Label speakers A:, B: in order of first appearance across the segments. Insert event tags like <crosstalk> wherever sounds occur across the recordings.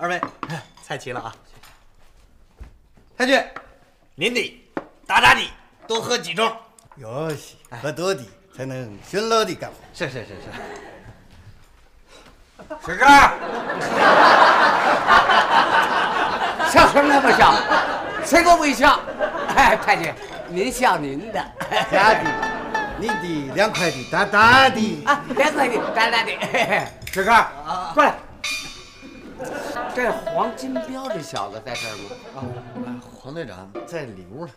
A: <clears throat>
B: 太齐了啊！太君，
C: 您得打打底，多喝几盅。
D: 哟西，喝多的才能勤劳的干活。
B: 是是是是，
C: 水哥，
A: <laughs> 笑什么那么笑？谁跟我一笑？哎，太君，您笑您的。
D: 打的，你的凉快的，打打的。
A: <laughs>
D: 啊
A: 啊，别客气，干干的。嘿嘿
C: 水哥，
A: 过来，这是黄金彪这小子在这儿吗？
D: 黄队长在里屋了，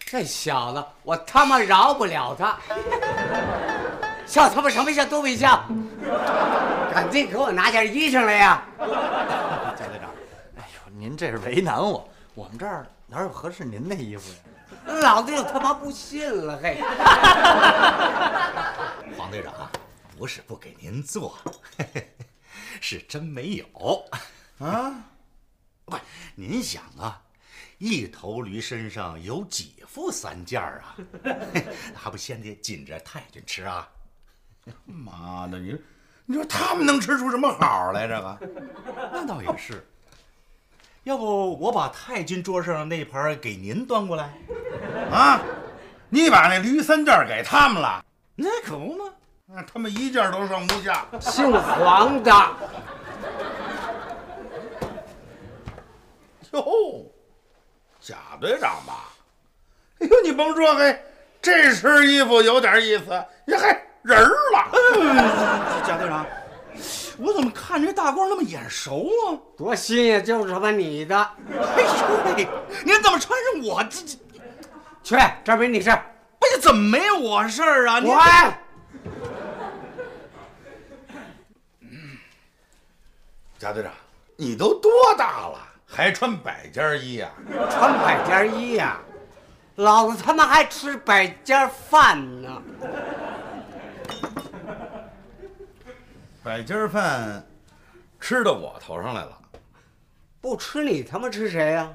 A: 这小子，我他妈饶不了他！笑他妈什么笑，多没笑！赶紧给我拿件衣裳来呀！
B: <laughs>
D: 焦队长。
B: 哎呦，您这是为难我，我们这儿哪有合适您的衣服呀？
A: 老子就他妈不信了，嘿！
C: 黄队长啊不是不给您做， <laughs> 是真没有 <laughs>
D: 啊。
C: 不，您想啊，一头驴身上有几副三件儿啊？ <laughs> 还不先得紧着太君吃啊？
D: 妈的，你说你说他们能吃出什么好来？这个
C: <laughs> 那倒也是。要不我把太君桌上那盘儿给您端过来？
D: 啊，你把那驴三件给他们了，
C: 那可不吗？
D: 那他们一件都剩不下。
A: 姓黄的，
D: <laughs> 哟，贾队长吧？哎呦，你甭说，嘿，这身衣服有点意思，呀，还人儿哎了。
C: 贾队长，我怎么看这大褂那么眼熟啊？
A: 多新呀，就是他妈你的。
C: 哎呦喂，您怎么穿上我这这？
A: 去，这儿没你事儿。
C: 不
D: 哎
C: 是怎么没我事儿啊？您
A: 滚！
D: 贾队长，你都多大了，还穿百件衣啊呀、
A: 穿百件衣呀、老子他妈还吃百家饭呢。
D: 百斤饭吃到我头上来了。
A: 不吃你他妈吃谁呀、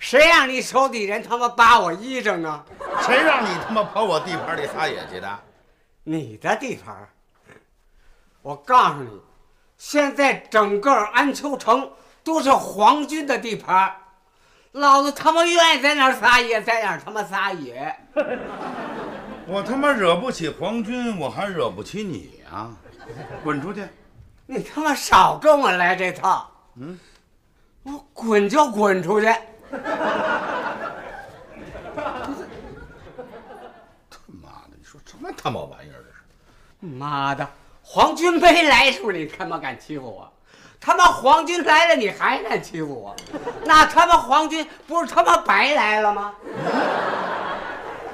A: 谁让你手底人他妈扒我衣裳呢？
D: 谁让你他妈跑我地盘里撒野去的？
A: 你的地盘儿，我告诉你，现在整个安丘城都是皇军的地盘儿，老子他妈愿意在哪儿撒野在哪儿他妈撒野。
D: 我他妈惹不起皇军，我还惹不起你啊！滚出去！
A: 你他妈少跟我来这套！嗯，我滚就滚出去。
D: 他妈的，你说什么他妈玩意儿这是？
A: 妈的，皇军没来时候你他妈敢欺负我，他妈皇军来了你还敢欺负我，那他妈皇军不是他妈白来了吗？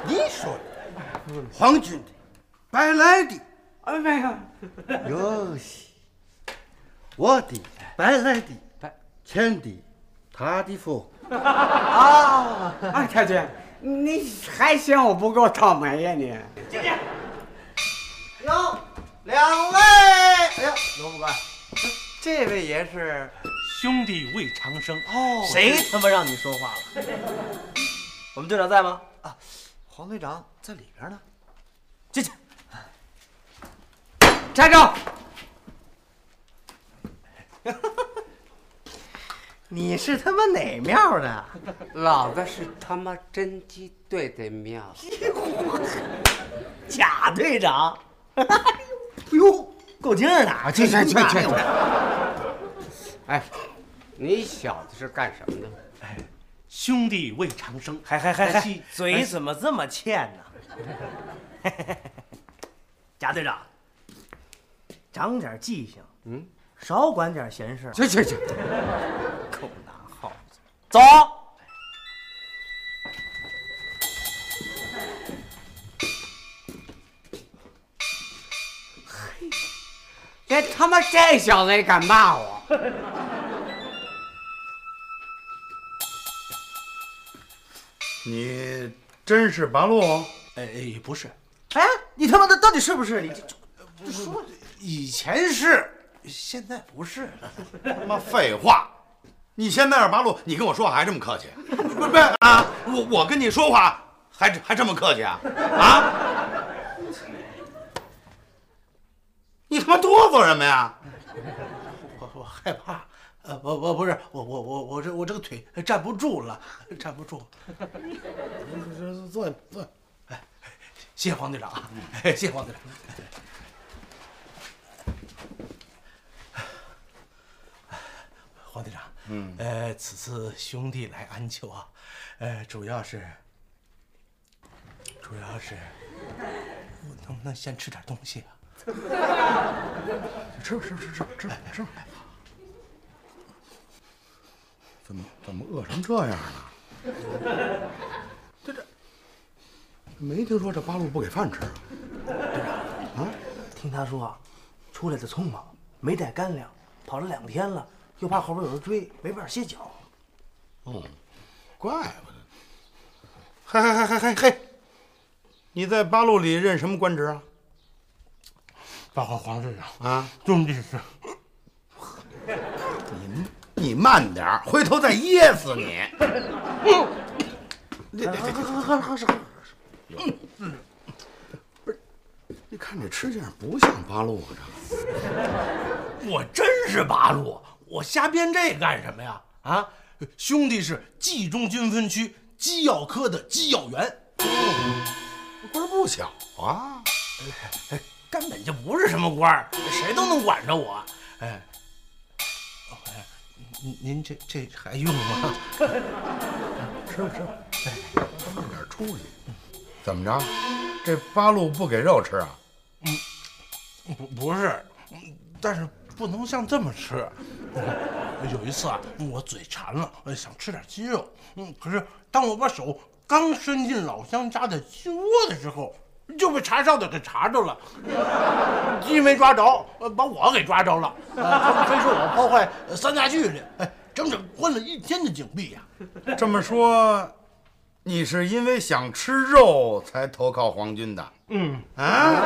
D: 你说的，皇军的，白来的，
A: 哎没有，
D: 哟西，我的，白来的，白钱的，他的父。
A: 啊，哎太君，你还嫌我不够倒霉呀、你？
B: 哟，两位，哎呀，罗副官，这位爷是
E: 兄弟为长生。
B: 哦
E: 谁他妈让你说话了？我们队长在吗？
B: 啊？黄队长在里边呢。
E: 进去。
A: 站住！
B: 你是他妈哪庙的？
A: 老子是他妈侦缉队的庙。
B: 贾队长。哎哟，够劲儿
F: 啊
B: 的。啊去去去去去！
D: 啊
A: 哎，你小子是干什么的？
E: 兄弟为长生，还还
F: 哎哎，嘴怎么这么欠呢？ <laughs> 贾队长，长点记性，嗯，少管点闲事儿。
A: 去去去！
F: 狗拿耗子，
E: 走。
A: 连他妈这小子也敢骂我！
D: 你真是八路？
E: 哎，哎不是，
F: 哎，你他妈的到底是不是你？
E: 以前是，现在不是了。
D: 他妈废话！你现在是八路，你跟我说话还这么客气？不是不是啊，我我跟你说话还还这么客气啊？啊？你他妈哆嗦什么呀？
E: 我我害怕，呃，我我不是我我我我这我这个腿站不住了，站不住。 <laughs> 坐坐，哎，谢谢黄队长啊，哎谢谢黄队长。黄队长，嗯，呃，此次兄弟来安丘啊，呃，主要是，主要是，我能不能先吃点东西啊？
D: 吃吧吃吧吃吧吃吧吃吧。怎么怎么饿成这样了？这这没听说这八路不给饭吃啊？
F: 听他说啊，出来的匆忙，没带干粮，跑了两天了，又怕后边有人追，没办法歇脚。
D: 哦，怪不得。嘿嘿嘿嘿嘿嘿，你在八路里任什么官职啊？
E: 报告黄队长，
D: 啊，
E: 中队长，
D: 你慢点儿，回头再噎死 <laughs> 你。嗯你看这吃相不像八路啊，这
E: 我真是八路，我瞎编这干什么呀？啊，兄弟是冀中军分区机要科的机要员，
D: 官儿不小啊。
E: 根本就不是什么官儿，谁都能管着我。哎，哎您您这这还用吗？
D: 吃吧吃吧，哎，长点出息。怎么着？这八路不给肉吃啊？
E: 不不是，嗯但是不能像这么吃。嗯有一次啊，我嘴馋了，呃想吃点鸡肉，嗯，可是当我把手刚伸进老乡家的鸡窝的时候，就被查哨的给查着了，鸡没抓着，呃把我给抓着了，呃非说我破坏呃三大剧去，哎，整整关了一天的警闭呀、 <laughs>
D: 这么说，你是因为想吃肉才投靠皇军的？
E: 嗯嗯，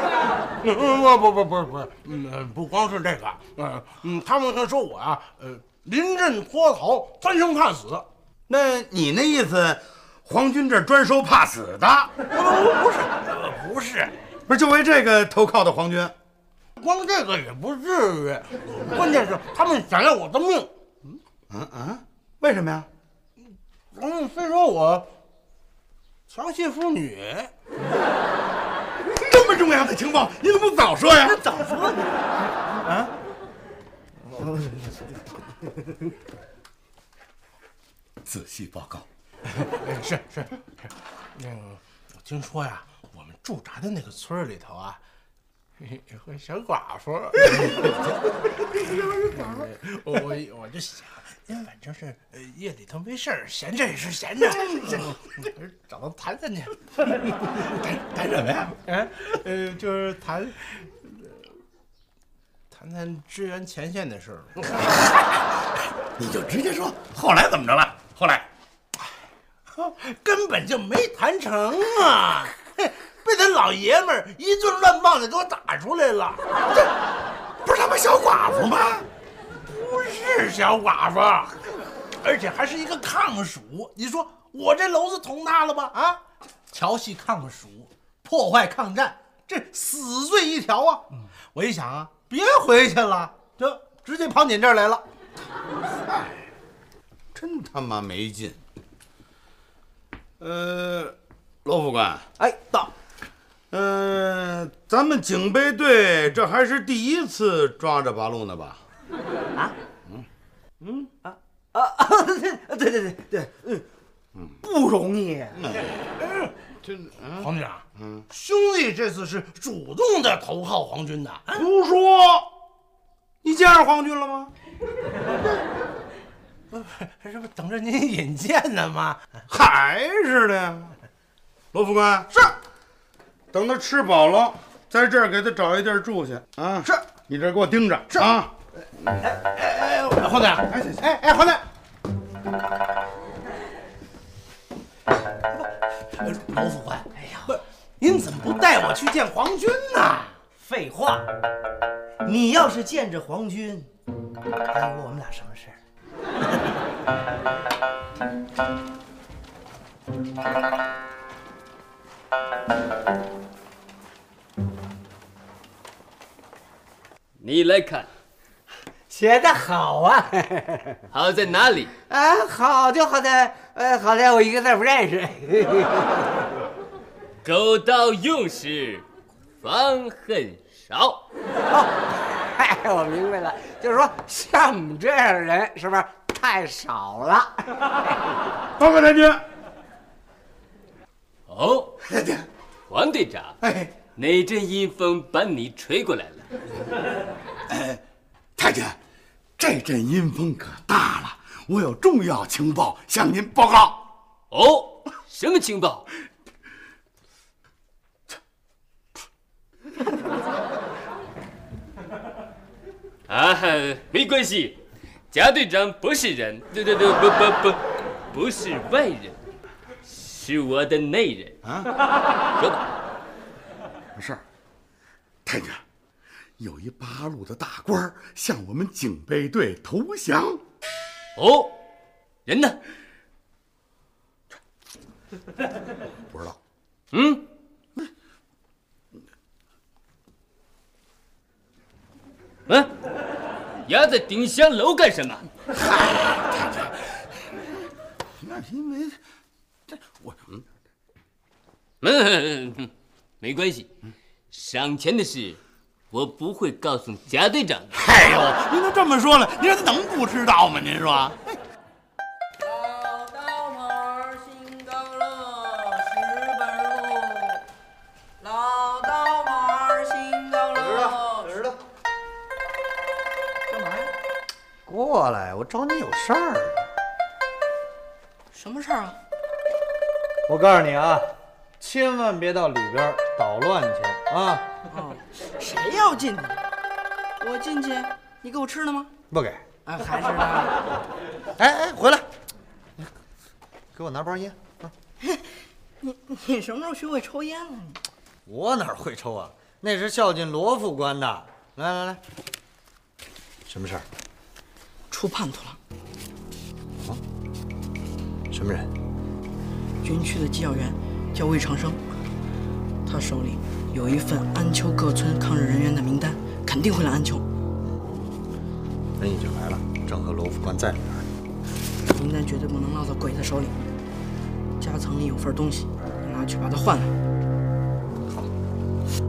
E: 不不不不不，嗯，不光是这个，嗯嗯，他们还说我啊，呃，临阵脱逃，贪生怕死。
D: 那你那意思，皇军这儿专收怕死的，
E: 不是，呃不是，
D: 不是就为这个投靠的皇军？
E: 光这个也不至于，关键是他们想要我的命，
D: 嗯嗯，为什么呀？
E: 他们非嗯说我强袭妇女，
D: 这么重要的情报，你怎么不早说呀？
F: 早说呢！
G: 仔细报告，
E: 哎是是是，那个我听说呀，我们驻扎的那个村儿里头啊。有个小寡妇， <laughs> 我我我就想，因为反正是呃夜里头没事儿，闲着也是闲着，嗯找他谈谈去。
G: 干什么呀？
E: 哎，呃，就是谈谈谈支援前线的事儿吧。
G: 你就直接说，后来怎么着了？后来
E: <laughs> 根本就没谈成啊！ <laughs> 嘿被他老爷们儿一顿乱棒子给我打出来了。
G: 不是他妈小寡妇吗？
E: 不是小寡妇，而且还是一个抗暑。你说我这娄子捅大了吧？啊，调戏抗暑，破坏抗战，这死罪一条啊！我一想啊，别回去了，这直接跑你这儿来了。
D: 真他妈没劲。呃，罗副官，
F: 哎，到
D: 呃，咱们警备队这还是第一次抓着八路呢吧？
F: 啊！对对对对，嗯，不容易。
E: 黄队长，嗯，兄弟这次是主动的投靠皇军的，啊
D: 胡说！你见着皇军了吗？
E: 这不等着您引荐呢吗？
D: 还是的呀。罗副官是，等他吃饱了，在这儿给他找一地儿住去啊。是，你这儿给我盯着是啊。
E: 哎黄队长，
D: 哎行行
E: 哎哎，黄队，老副官，哎呀，不是，您怎么不带我去见皇军呢？
F: 废话，你要是见着皇军，耽误我们俩什么事儿？
H: 你来看，
F: 谢谢
A: 写的好
F: <laughs>
A: 啊！
I: 好在哪里？
A: 啊，好就好在，呃，好在我一个字儿不认识。
I: 狗到用时方恨少。
A: 哎，我明白了，就是说像我们这样的人是不是太少了？
E: 报告将军，
I: <laughs> 哦，黄队长，哎哪阵阴风把你吹过来了？
E: 哎太君，这阵阴风可大了，我有重要情报向您报告。
I: 哦，什么
E: <laughs>
I: 情报？啊，没关系，贾队长不是人，对对对，不不不，不是外人，是我的内人啊。说吧，
E: 没事儿，太君，有一八路的大官儿向我们警备队投降。
I: 哦，人呢？
E: 不知道，
I: 嗯，嗯，压在顶香楼干什么？
E: 那是因为这我
I: 嗯，没关系，赏钱的事我不会告诉贾队长的。
E: 哎呦，您都这么说了，您这能不知道吗？您说，
F: 老道门儿新高楼，石板路。老道门儿新高楼，
D: 儿子，干嘛呀？过来，我找你有事儿。
F: 什么事儿啊？
D: 我告诉你啊，千万别到里边儿捣乱去啊！
F: 谁要进去？我进去，你给我吃的吗？
D: 不给，
F: 哎，还是那
D: <laughs> 哎哎，回来，给我拿包烟。
F: <laughs> 你你什么时候学会抽烟了？你
D: 我哪儿会抽啊？那是孝敬罗副官的。来来来，什么事儿？
F: 出叛徒了，
D: 啊什么人？
F: 军区的机要员叫魏长生，他手里有一份安丘各村抗日人员的名单，肯定会来安丘。
D: 人已哎经来了，正和罗副官在里边儿。
F: 名单绝对不能落到鬼子手里。夹层里有份东西，你拿去把它换了。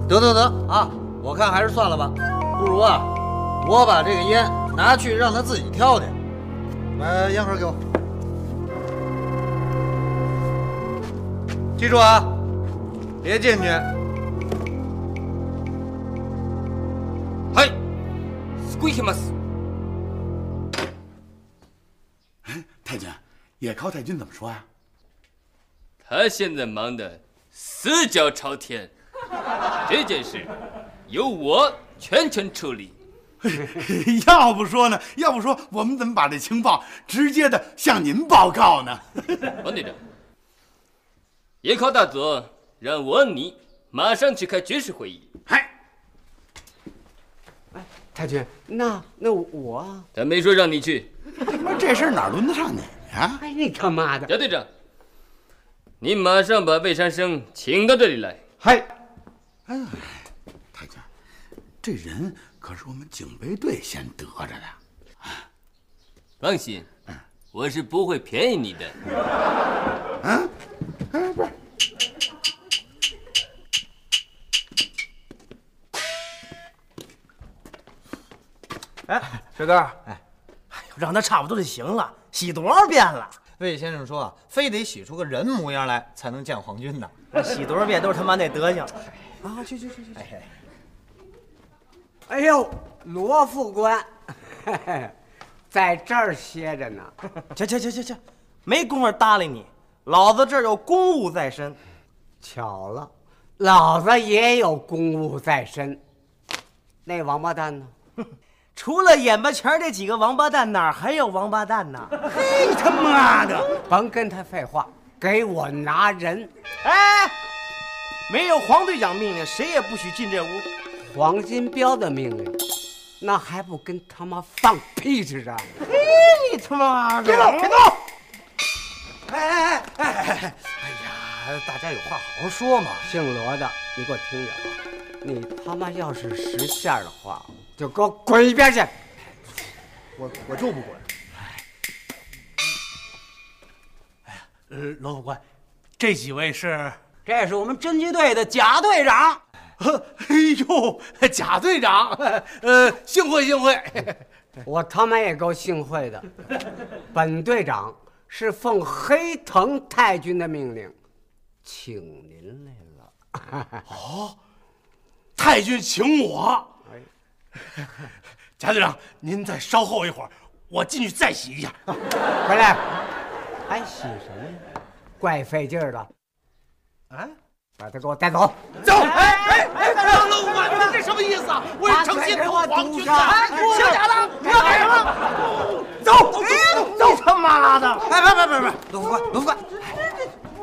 D: 得得得啊！我看还是算了吧，不如啊，我把这个烟拿去让他自己挑去。来，烟盒给我。记住啊，别进去。
I: 嗨，スクイヒマス。
E: 太君，野高太君怎么说呀、 <laughs>
I: 他现在忙得四脚朝天， <laughs> 这件事由我全权处理。
E: 要不说呢，要不说我们怎么把这情报直接的向您报告呢？
I: 王队长，也靠大佐让我你马上去开军事会议。
E: 嗨，
A: 太君，那那我啊，
I: 咱没说让你去，
E: 他妈这事儿哪轮得上你呀、
A: 哎，你他妈的，
I: 贾队长，你马上把魏山生请到这里来。
D: 嗨，
E: 太君，这人可是我们警卫队先得着的。
I: 放心，我是不会便宜你的。
D: 小蛋儿，
B: 让他差不多就行了，洗多少遍了？
D: 魏先生说啊，非得洗出个人模样来才能见皇军呢。
B: 洗多少遍都是他妈那德
D: <laughs>
B: 行。
A: 哎呦，罗副官，哎在这儿歇着呢。
B: 去去去去去，没工夫搭理你，老子这儿有公务在身。
A: 巧了，老子也有公务在身。那王八蛋呢？
B: 除了眼巴前儿这几个王八蛋，哪儿还有王八蛋呢？
A: 甭跟他废话，给我拿人！
B: 哎，没有黄队长命令，谁也不许进这屋。
A: 黄金彪的命令，那还不跟他妈放屁似的？
B: 你他妈的！别动，别动！哎哎哎哎哎！哎呀，大家有话好好说嘛。
A: 姓罗的，你给我听着啊，你他妈要是识相的话，就给我滚一边去！
F: 我我就不管。
E: 呃，老法官，这几位是？
A: 这是我们侦缉队的贾队长，
E: 呵哎呦，贾队长，呃，幸会幸会。
A: 我他妈也够幸会的。本队长是奉黑藤太君的命令，请您来了。
E: 太君请我。哎 <laughs> 贾队长，您再稍候一会儿，我进去再洗一下。
A: 回来，还洗什么呀？怪费劲儿的，
E: 啊，
A: 把他给我带走。
E: 走！哎哎哎，让了我，这什么意思啊？我是诚心投皇军的。小贾了，你要干什么？
F: 走走走哎他妈的！
B: 哎，别别别别，
F: 老副官，老副官，
B: 哎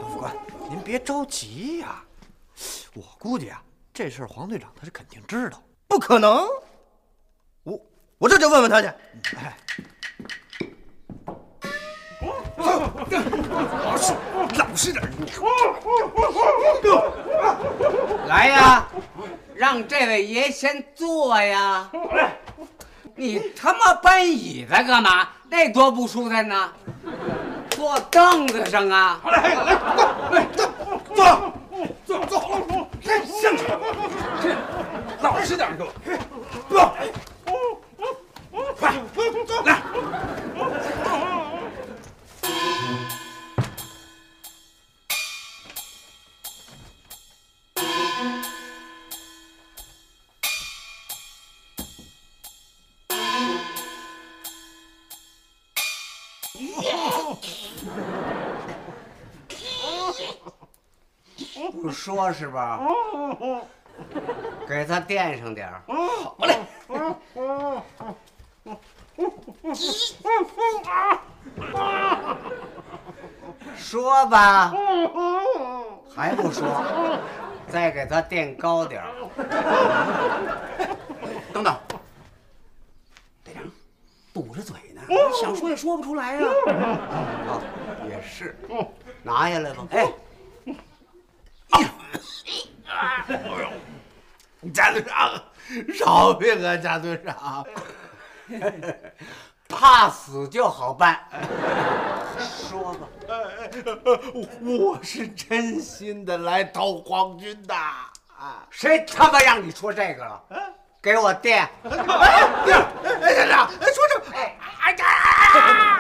F: 老副官，您别着急呀、
B: 我估计啊，这事儿黄队长他是肯定知道。
F: 不可能！我我这就问问他去。哎
A: 来呀，让这位爷先坐呀。你他妈搬椅子干嘛？那多不舒坦呢！坐凳子上啊！不说是吧？给他垫上点儿。
F: 嗯
A: 好
F: 嗯嗯
A: 嘞。说吧，
F: 嗯
A: 还不
F: <laughs>
A: 说，再给他垫高点儿。
F: <laughs> 等等，队长，堵着嘴呢，
A: 嗯
F: 想说也说不出来嗯呀、
A: 啊，也是，拿下来吧。
F: 哎，
C: 贾队长，
E: 啊
C: 饶命啊，贾队长！
A: 怕死就好办。说吧，
C: 呃我是真心的来投皇军的。
A: 谁他妈让你说这个了？给我垫。
C: 哎，队长，哎说这，哎哎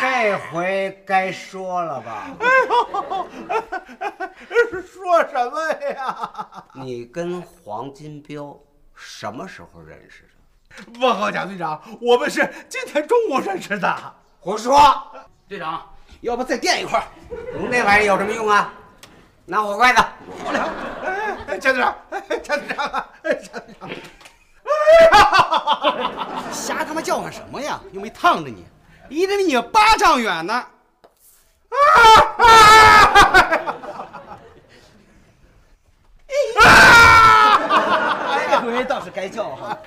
A: 这回该说了吧？
C: 说什么呀？
A: 你跟黄金彪什么时候认识的？
C: 报告贾队长，我们是今天中午认识的。
A: 胡说！
F: 队长，要不再垫一块儿？
A: 你那玩意儿有什么用啊？拿火筷子！
C: 哎，贾队长，哎贾队长啊，哎贾队长，
F: 瞎他妈叫唤什么呀？又没烫着你，离着你有八丈远呢。这回倒是该叫哈。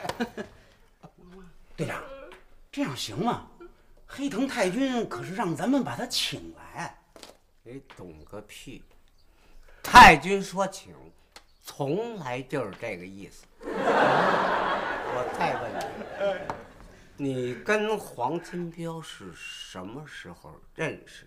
F: 队长，这样行吗？黑藤太君可是让咱们把他请来。啊
A: 你懂个屁！太君说请，从来就是这个意 <laughs> 思。我再问你，你跟黄金彪是什么时候认识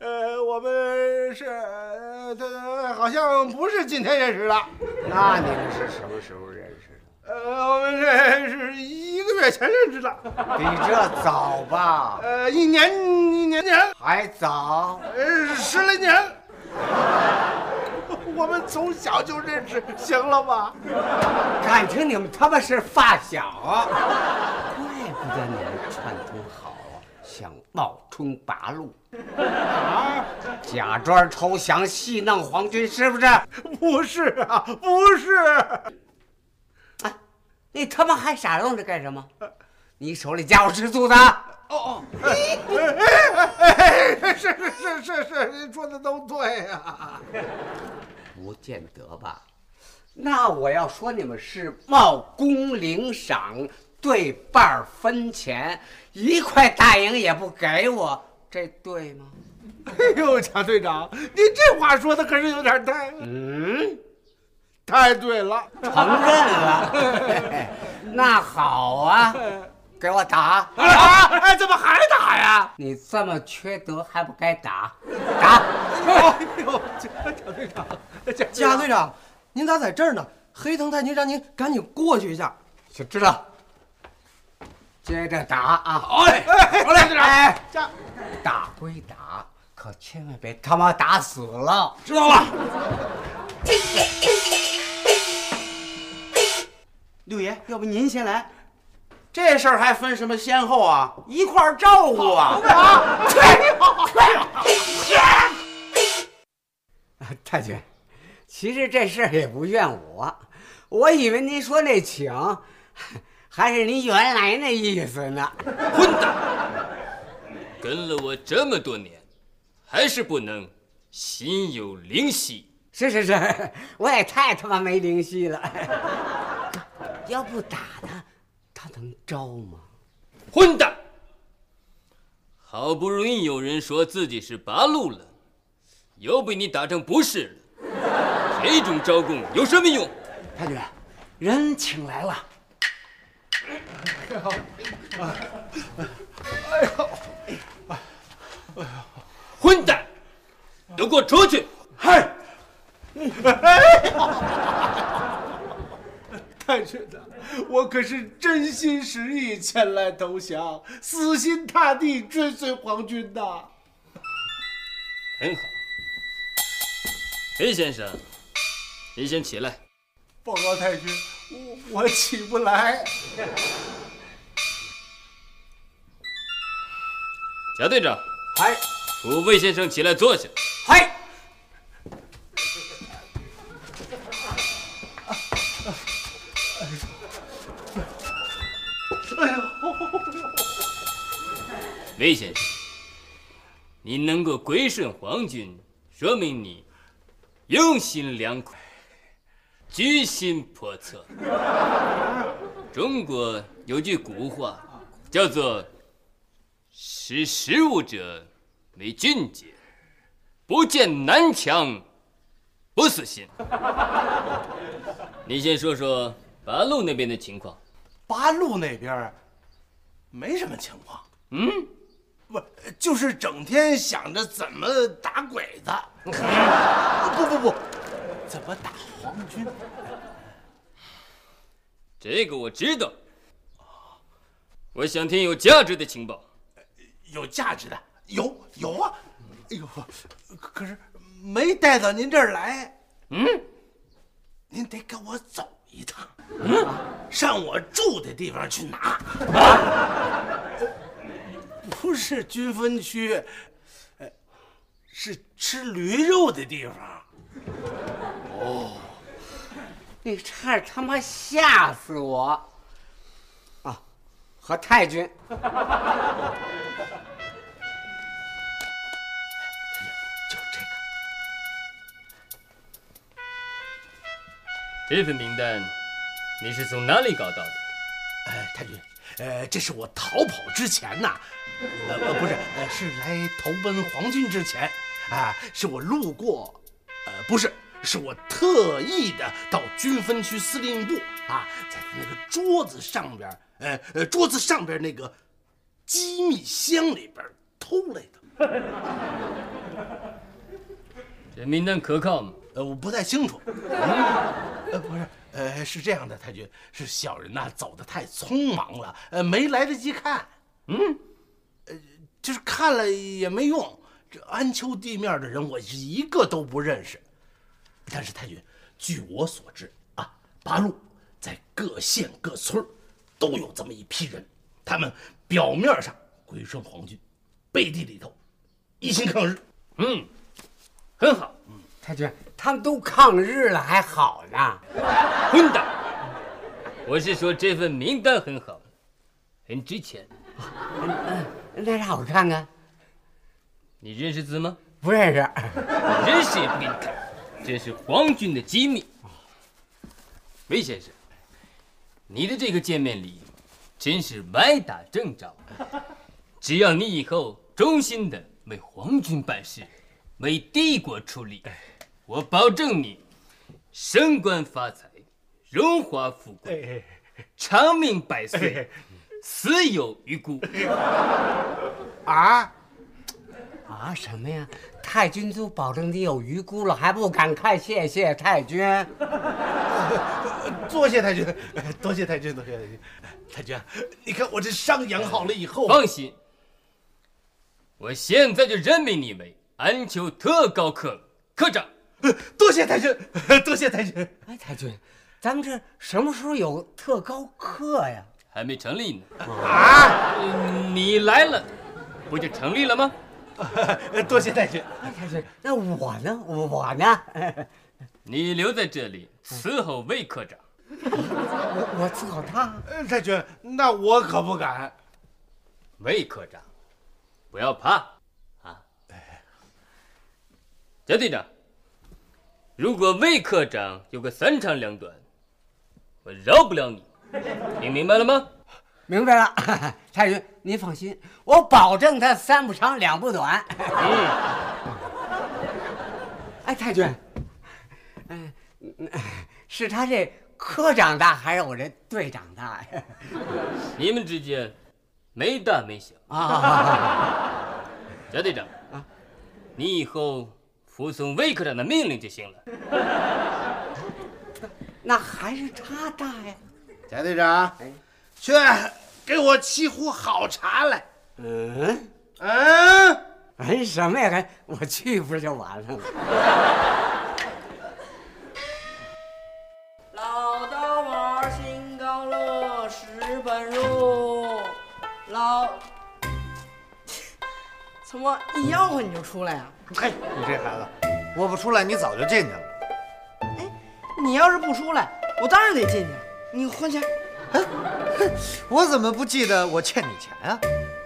A: 的？
J: 呃，我们是，呃，他好像不是今天认识的，
A: 那你们是什么时候认识的？
J: 呃，我们这是一个月前认识的，
A: 比这早吧，
J: 呃，一年一年前，
A: 还早。
J: 呃，十来年，我们从小就认识，行了吧？
A: 感情你们他妈是发小啊！怪不得你们串通好，想冒充八路，啊，假装投降戏弄皇军，是不是？
E: 不是啊，不是。
A: 啊你他妈还傻愣着干什么？你手里家伙吃醋的？
E: 是是是是是，您说的都对啊呀、
A: 不见得吧？那我要说你们是冒功领赏，对半儿分钱，一块大洋也不给我，这对吗？
E: 哎呦，贾队长，您这话说的可是有点太
A: 嗯，
E: 太对了。
A: 承认了。 <laughs> 那好啊，给我打！
E: 啊，哎，怎么还打呀？
A: 你这么缺德还不该打？打！
E: 哎呦，贾队长，
K: 贾队长，您咋在这儿呢？黑藤太君让您赶紧过去一下。
A: 就知道。接着打啊！
E: 哎，我俩队长，
A: 哎，
E: 贾
A: 打归打，可千万别他妈打死了。
E: 知道了。
F: 六爷，要不您先来？这事儿还分什么先后啊？一块儿照顾啊！
A: 太君，其实这事儿也不怨我，我以为您说那请，还是您原来那意思呢。
I: 跟了我这么多年，还是不能心有灵犀。
A: 是是是，我也太他妈没灵犀了。 <laughs> 要不打他，他能招吗？
I: 混蛋！好不容易有人说自己是八路了，又被你打成不是了，这种招供有什么用？
F: 太君，人请来了。
I: 混蛋！都给我出去！
E: 太君呐，我可是真心实意前来投降，死心塌地追随皇军呐。
I: 很好，黑先生，您先起来。
E: 报告太君，我我起不来。
I: 贾队长，
A: 哎
I: 扶魏先生起来坐下。
A: 哎，
I: 魏先生，你能够归顺皇军，说明你用心良苦，居心叵测。中国有句古话，叫做“识时务者为俊杰”，不见南墙不死心。你先说说八路那边的情况。
E: 八路那边儿没什么情况，
I: 嗯，
E: 不就是整天想着怎么打鬼子，不不不，怎么打皇军？
I: 这个我知道。我想听有价值的情报。
E: 有价值的，有有啊！哎呦，可可是没带到您这儿来，
I: 嗯，
E: 您得跟我走一趟，上我住的地方去拿。啊，不是军分区，呃，是吃驴肉的地方。
A: 你差点他妈吓死我！啊，和太君，
I: 这份名单你是从哪里搞到的？
E: 哎，太君，呃，这是我逃跑之前呐、呃，呃不是，呃，是来投奔皇军之前，啊，是我路过，呃，不是，是我特意的到军分区司令部啊，在他那个桌子上边儿，呃呃，桌子上边那个机密箱里边儿偷来的。
I: 这名单可靠吗？
E: 呃，我不太清楚。呃，不是，呃，是这样的，太君，是小人呐、走得太匆忙了，呃，没来得及看。呃
I: 嗯，
E: 就是看了也没用。这安丘地面的人，我是一个都不认识。但是太君，据我所知啊，八路在各县各村儿都有这么一批人，他们表面上归顺皇军，背地里头一心抗日。
I: 嗯，很好，
A: 太君，他们都抗日了，还好呢。
I: 混蛋！我是说这份名单很好，很值钱。
A: 那让我看看，
I: 你认识字吗？
A: 不认识。
I: 认识也不给你看，这是皇军的机密。梅先生，你的这个见面礼真是歪打正着。只要你以后忠心的为皇军办事，为帝国出力，我保证你升官发财，荣华富贵，长命百岁，死有余辜。
J: 啊，
A: 啊，什么呀？太君都保证你有余辜了，还不感慨谢谢太君？
E: 多谢太君， <laughs> 多谢太君，多谢太君。 <laughs> 太君，啊你看我这伤养好了以后 <laughs>
I: <laughs> 放心，我现在就任命你为安丘特高课科长。
E: 多谢太君， <laughs> 多谢太君。 <laughs>
A: 哎，太君，咱们这什么时候有特高课呀？
I: 还没成立呢。 <laughs> 啊、你来了，不就成立了吗？
E: 多谢太君。
A: 哎，太君，那我呢？我呢？
I: 你留在这里伺候魏科长。
A: 我我伺候他。
E: 呃太君，那我可不敢。
I: 魏科长，不要怕啊！贾队长，如果魏科长有个三长两短，我饶不了你。你明白了吗？
A: 明白了， <laughs> 太君，您放心，我保证他三不长两不短。哎，太君，哎，嗯是他这科长大还是我这队长大呀？ <laughs>
I: 你们之间没大没小。
A: 啊，
I: <laughs> 贾队长啊，你以后服从魏科长的命令就行了。
A: 那还是他大呀。哎
J: 贾队长，去给我沏壶好茶来。
A: 嗯，
J: 嗯，
A: 哎，什么呀？还我去不是就完了吗？
L: 老道玩儿新高乐，十本入。老， <laughs> 怎么一吆喝你就出来啊呀、
B: 嘿，你这孩子，我不出来，你早就进去了。
L: 哎你要是不出来，我当然得进去。你还钱，
B: 我怎么不记得我欠你钱啊？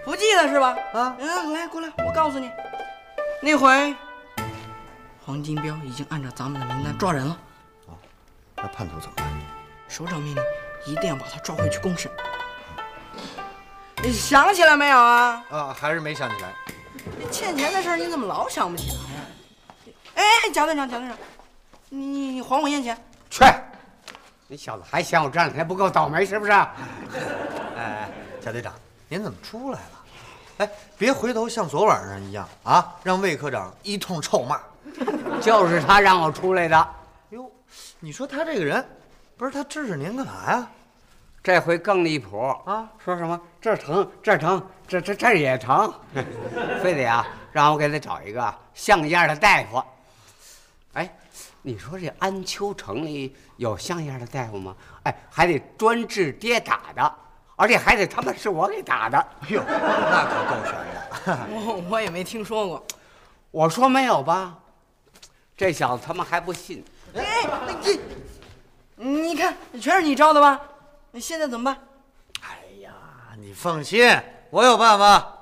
L: 不记得是吧？
B: 啊
L: 嗯，来过来，我告诉你，那回黄金彪已经按照咱们的名单抓人了，
B: 那叛徒怎么办？
L: 首长命令一定要把他抓回去公审。你想起来没有啊？
B: 啊，还是没想起来。
L: 欠钱的事儿你怎么老想不起来呀、哎，贾队长，贾队长，你你你还我烟钱！
A: 去！你小子还嫌我这两天不够倒霉是不是？
B: 哎，贾队长，您怎么出来了？哎，别回头像昨晚上一样啊，让魏科长一通臭骂。
A: 就是他让我出来的，
B: 哟，你说他这个人，不是他支持您干嘛呀？
A: 这回更离谱
B: 啊！
A: 说什么这儿疼这儿疼这这这儿也疼， <laughs> 非得啊让我给他找一个像样的大夫。哎，你说这安丘城里有像样的大夫吗？哎，还得专治跌打的，而且还得他妈是我给打的。
B: 哟，那可够悬的。
L: 我我也没听说过。
A: 我说没有吧，这小子他妈还不信。
L: 哎，那这，你看全是你招的吧？那现在怎么办？
B: 啊你放心，我有办法。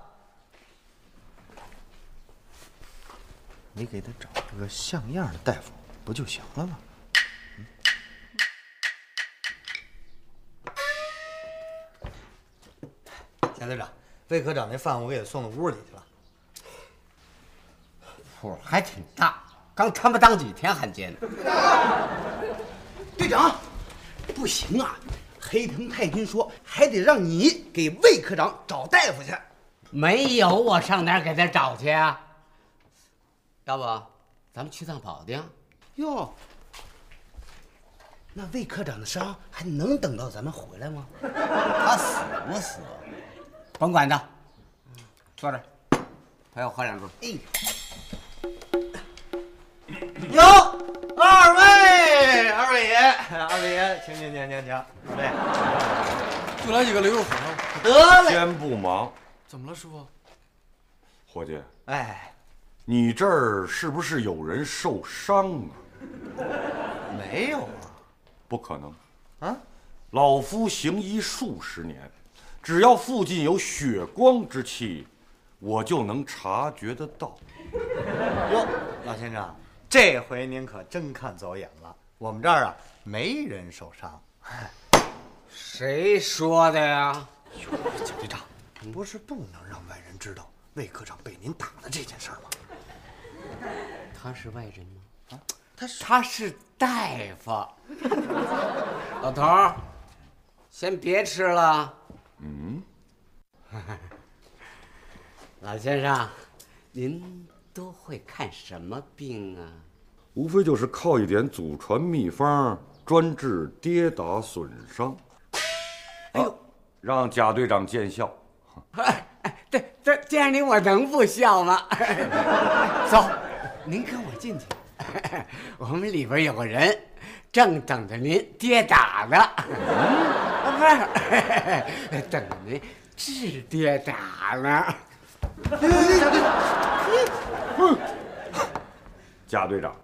B: 你给他找一个像样的大夫，不就行了吗？嗯贾队长，魏科长那饭我给送到屋里去了。
A: 谱还挺大，刚他妈当几天汉奸。
F: 队长，不行啊！黑藤太君说，还得让你给魏科长找大夫去。
A: 没有，我上哪儿给他找去啊？要不，咱们去啊趟保定？
F: 哟，那魏科长的伤还能等到咱们回来吗？他死不死？
A: 甭管他，坐这儿，陪我喝两盅。
B: 哟，二位，二位爷，二位爷，请请请请请，二位
K: 就来几个驴肉火烧。
B: 得嘞，
J: 先不忙，
I: 怎么了，师傅？
J: 伙计，
B: 哎，
J: 你这儿是不是有人受伤啊？
B: 没有啊，
J: 不可能，
B: 啊，
J: 老夫行医数十年，只要附近有血光之气，我就能察觉得到。
B: 哟，老先生，这回您可真看走眼了。我们这儿啊，没人受伤。
A: 谁说的呀？
B: 小队长，不是不能让外人知道魏科长被您打的这件事儿吗？
A: 他是外人吗？
B: 他啊他是大 <laughs> 夫，
A: 老头儿，先别吃了。
J: 嗯，
A: <laughs> 老先生，您都会看什么病啊？
J: 无非就是靠一点祖传秘方专治跌打损伤。哎呦，让贾队长见笑。
A: 哎这这见你我能不笑吗？ <laughs> 走，您跟我进去。我们里边有个人，正等着您跌打呢。 <laughs> 啊不是， <laughs> 等着您治跌打呢。
J: 贾队长，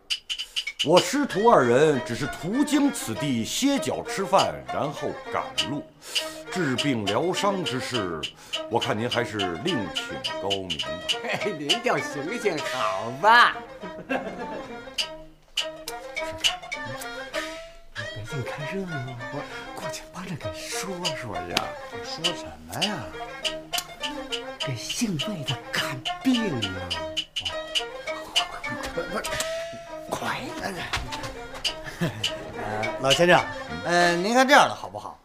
J: 我师徒二人只是途经此地歇脚吃饭，然后赶路，治病疗伤之事，我看您还是另请高明吧。
A: 哎您就行行好吧。别净看热闹，我过去帮着给说说呀。
B: 说什么呀？
A: 给姓魏的看病啊！快点儿！
B: 老先生，呃，您看这样的好不好？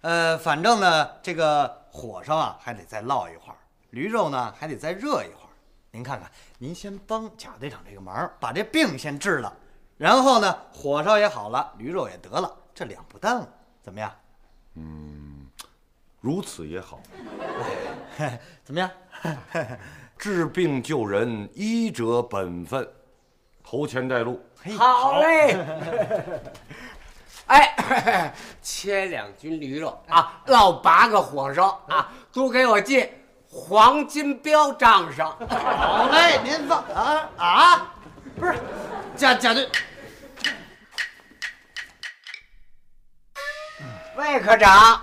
B: 呃，反正呢，这个火烧啊还得再烙一会儿，驴肉呢还得再热一会儿。您看看，您先帮贾队长这个忙，把这病先治了，然后呢，火烧也好了，驴肉也得了，这两不耽误，怎么样？
J: 如此也好，
B: 怎么样？
J: 治病救人，医者本分，头前带路。
A: 好嘞！ <laughs> 哎， <laughs> 切两斤驴肉啊，
B: 哎
A: 烙八个火烧啊，
B: 嗯
A: 都给我进黄金标账上。
B: <laughs> 好嘞，您放啊啊，不是，贾贾队，
A: 魏科长，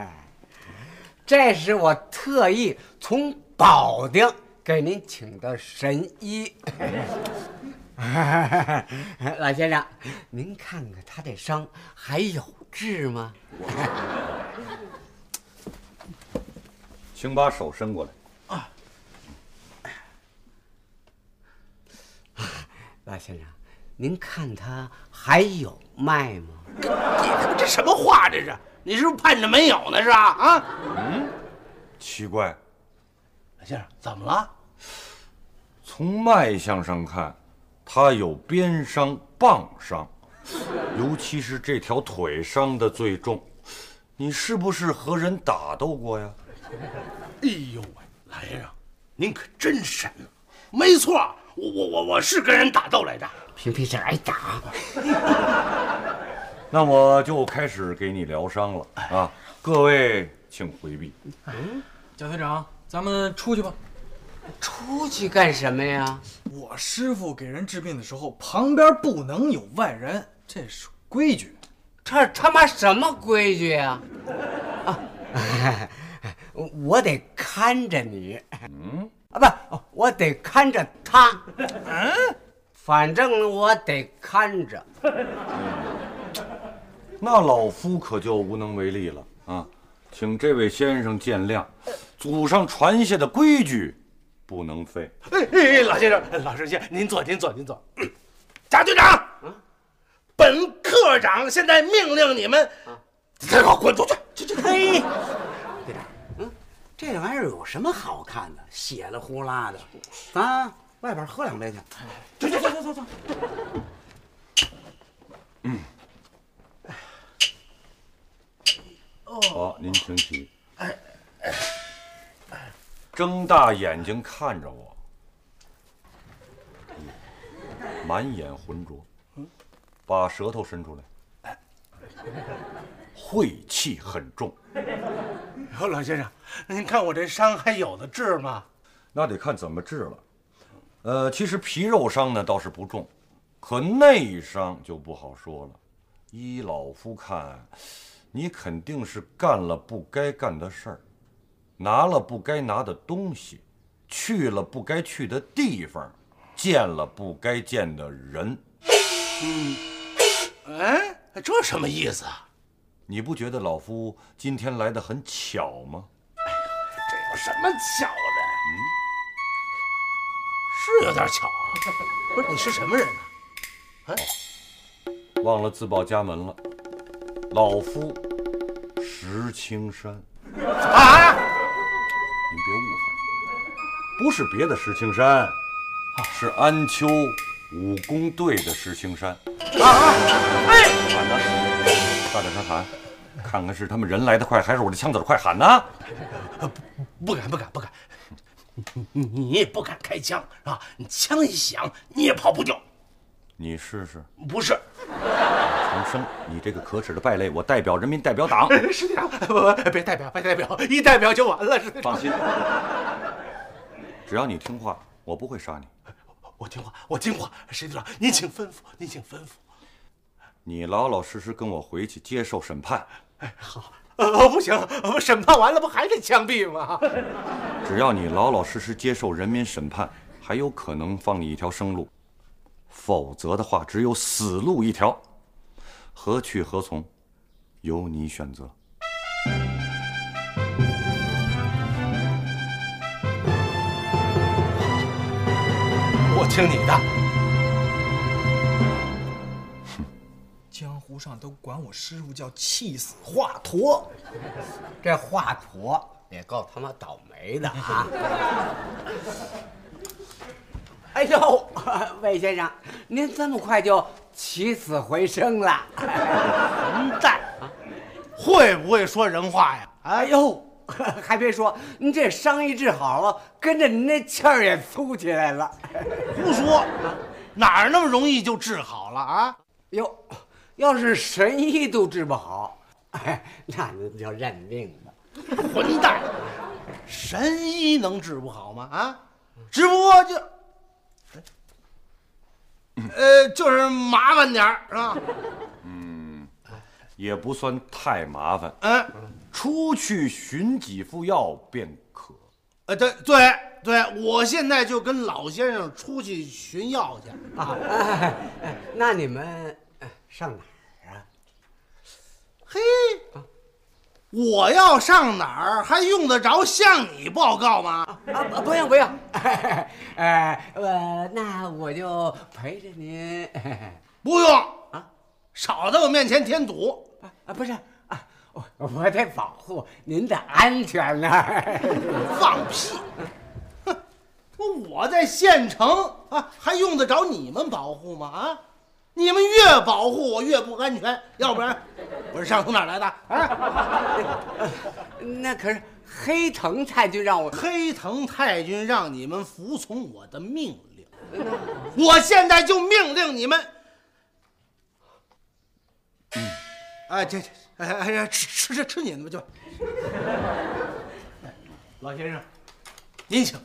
A: <laughs> 这是我特意从保定给您请的神医。 <laughs> 老先生，您看看他这伤还有治吗？
J: 请把手伸过来。
A: 老先生，您看他还有脉吗？
E: 这什么话这是？你是不是盼着没有呢是吧？啊？
J: 奇怪，
E: 老先生哎怎么了？
J: 从脉象上看，他有鞭伤、棒伤，尤其是这条腿伤的最重。你是不是和人打斗过呀？
E: 哎呦喂，老先生，您可真神啊！没错，我我我我是跟人打斗来着。
A: 平平这挨打，
J: 那我就开始给你疗伤了啊！各位请回避。
M: 贾队长，咱们出去吧。
A: 出去干什么呀？
M: 我师傅给人治病的时候，旁边不能有外人，这是规矩。
A: 这是他妈什么规矩呀、啊？啊，我得看着你。嗯，啊不，我得看着他。嗯，反正我得看着。
J: 那老夫可就无能为力了啊！请这位先生见谅，祖上传下的规矩不能废。
E: 哎哎，老先生，老师先，您坐，您坐，您坐。贾队长，本科长现在命令你们，给我滚出去！
F: 这这嘿，队长，嗯，这玩意儿有什么好看的？血了呼啦的，咱外边喝两杯去。走走走走走走。
J: 好，哦您请起。睁大眼睛看着我，满眼浑浊，把舌头伸出来，晦气很重，
E: 说老先生，您看我这伤还有的治吗？
J: 那得看怎么治了。呃，其实皮肉伤呢倒是不重，可内伤就不好说了。依老夫看，你肯定是干了不该干的事儿，拿了不该拿的东西，去了不该去的地方，见了不该见的人。
E: 嗯，哎，这什么意思啊？
J: 你不觉得老夫今天来的很巧吗？
E: 这有什么巧的？
J: 嗯，
E: 是有点巧 <laughs> 啊。不是你是什么人呢、啊？哎，
J: 忘了自报家门了，老夫石青山。
E: 啊！
J: 您别误会，不是别的石青山，是安丘武工队的石青山。
E: 哎，
J: 喊呐，大点声喊，看看是他们人来的快，还是我这枪子儿快？喊呐！
E: 不敢不敢不敢，你你也不敢开枪啊！你枪一响，你也跑不掉。
J: 你试试。
E: 不是，
J: 重生，你这个可耻的败类，我代表人民代表党。
E: 师长，不不，别代表，别代表，一代表就完了。师长
J: 放心，只要你听话，我不会杀你。
E: 我听话，我听话。师长，您请吩咐，您请吩咐。
J: 你老老实实跟我回去接受审判，
E: 哎，好，呃，不行，我审判完了不还得枪毙吗？
J: 只要你老老实实接受人民审判，还有可能放你一条生路，否则的话只有死路一条。何去何从，由你选择。
E: 我听你的。
M: 江湖上都管我师傅叫气死华佗，
F: 这华佗也够他妈倒霉的啊！
A: <laughs> 哎呦，魏先生，您这么快就起死回生了，混蛋啊！
E: 会不会说人话呀？
A: 哎呦， <laughs> 还别说，您这伤一治好了，跟着您那气儿也粗起来了。
E: 胡说，哪儿那么容易就治好了啊？
A: 哟，要是神医都治不好，哎，那您就认命吧。
E: 混蛋，神医能治不好吗？啊，只不过就，呃，就是麻烦点儿，是吧？
J: 嗯，也不算太麻烦。
E: 嗯，
J: 出去寻几副药便可。
E: 呃，对对对，我现在就跟老先生出去寻药去
A: 啊。哎哎，那你们哎上哪儿啊？
E: 嘿。我要上哪儿还用得着向你报告吗？
A: 啊，不用不用，哎，哎 <laughs> 呃，那我就陪着您。 <laughs>
E: 不用啊，少在我面前添堵
A: 啊！不是啊，我我得保护您的安全呢。 <laughs>
E: 放屁！哼，我在县城啊，还用得着你们保护吗？啊？你们越保护我越不安全，要不然我是上从哪来的啊？
A: 那可是黑藤太君让我
E: 黑藤太君让你们服从我的命令，我现在就命令你们。嗯，哎，这这哎哎呀，吃吃吃吃你的吧就。老先生，您请。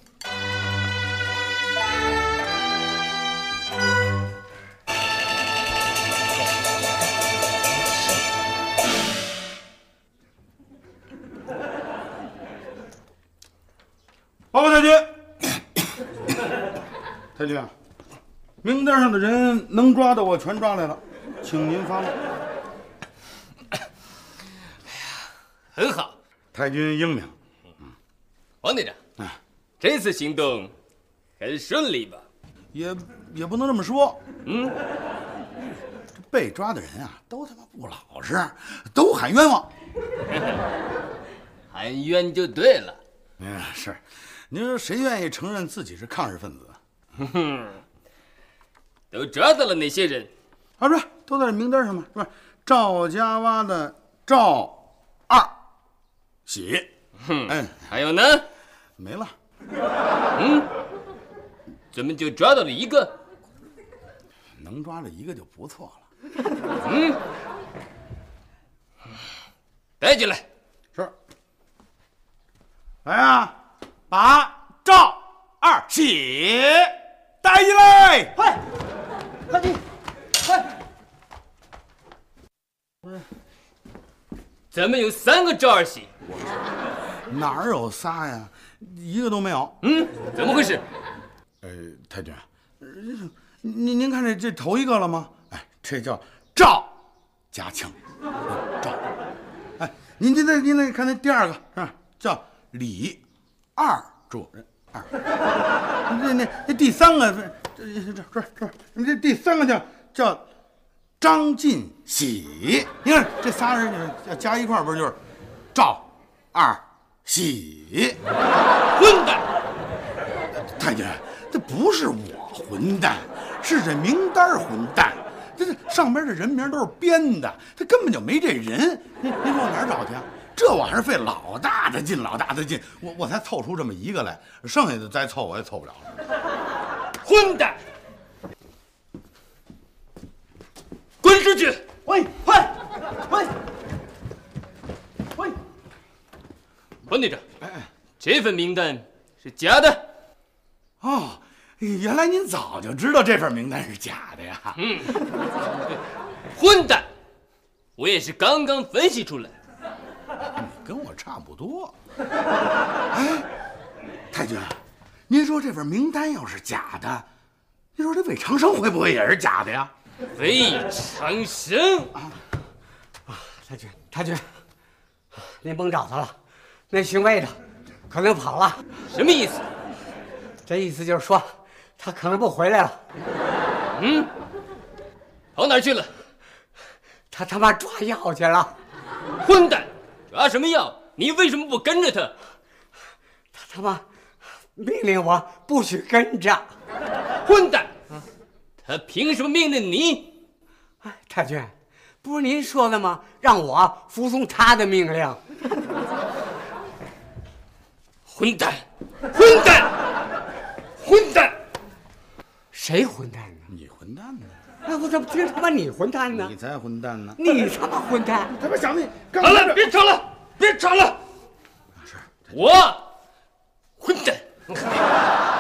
D: 报告太君， <coughs> 太君，啊名单上的人能抓的我全抓来了，请您发落。
I: 很好，
D: 太君英明。
I: 王队长，这次行动很顺利吧？
D: 也也不能这么说。
I: 嗯，
D: 这被抓的人啊，都他妈不老实，都喊冤枉。
I: 喊冤就对了。
D: 嗯，是。您说谁愿意承认自己是抗日分子？
I: 哼哼，都抓到了哪些人？
D: 啊，不是，都在这名单上吗？是吧？赵家洼的赵二喜，
I: 哼，嗯，还有呢？
D: 没了。
I: 嗯，怎么就抓到了一个？
D: 能抓着一个就不错
I: 了。嗯，带进来。
D: 是。来啊，把赵二
N: 起，打起来！
K: 快，快你，快！
I: 咱们有三个赵二喜，
D: 哪儿有仨呀？一个都没有。
I: 嗯，怎么回事？
D: 呃，太君，呃您您看这这头一个了吗？哎，这叫赵家庆，赵。哎，您您再您再看那第二个是吧？叫李二主任二。那那那第三个这这这这这，你这第三个叫叫张进喜。你看这仨人就是要加一块儿，不是就是赵二喜？
I: 混蛋！
D: 太君，这不是我混蛋，是这名单儿混蛋。这这上边的人名都是编的，他根本就没这人。您您说我哪儿找去啊？这我还是费老大的劲，老大的劲，我我才凑出这么一个来，剩下的再凑我也凑不了了。
I: 混蛋！滚出去！
K: 喂，快，喂，喂，
I: 黄队长，这份名单是假的。
D: 哦，原来您早就知道这份名单是假的呀。
I: 嗯，混蛋！我也是刚刚分析出来。
D: 跟我差不多。哎，太君，您说这份名单要是假的，您说这魏长生会不会也是假的呀？
I: 魏长生，
A: 太君，太君，您甭找他了，那姓魏的可能跑了。
I: 什么意思？
A: 这意思就是说，他可能不回来了。
I: 嗯，跑哪儿去了？
A: 他他妈抓药去了。
I: 混蛋！抓什么药？你为什么不跟着他？
A: 他他妈命令我不许跟着。
I: 混蛋！他凭什么命令你？
A: 哎，太君，不是您说的吗？让我服从他的命令。
I: 混蛋！混蛋！混蛋！
A: 谁混蛋呢？
D: 你混蛋呢？
A: 哎，我怎么听他妈你混蛋呢
D: 你？才混蛋呢！
A: 你他妈混蛋！
D: 他妈想的，
I: 好了，别吵了，别吵了。我混蛋！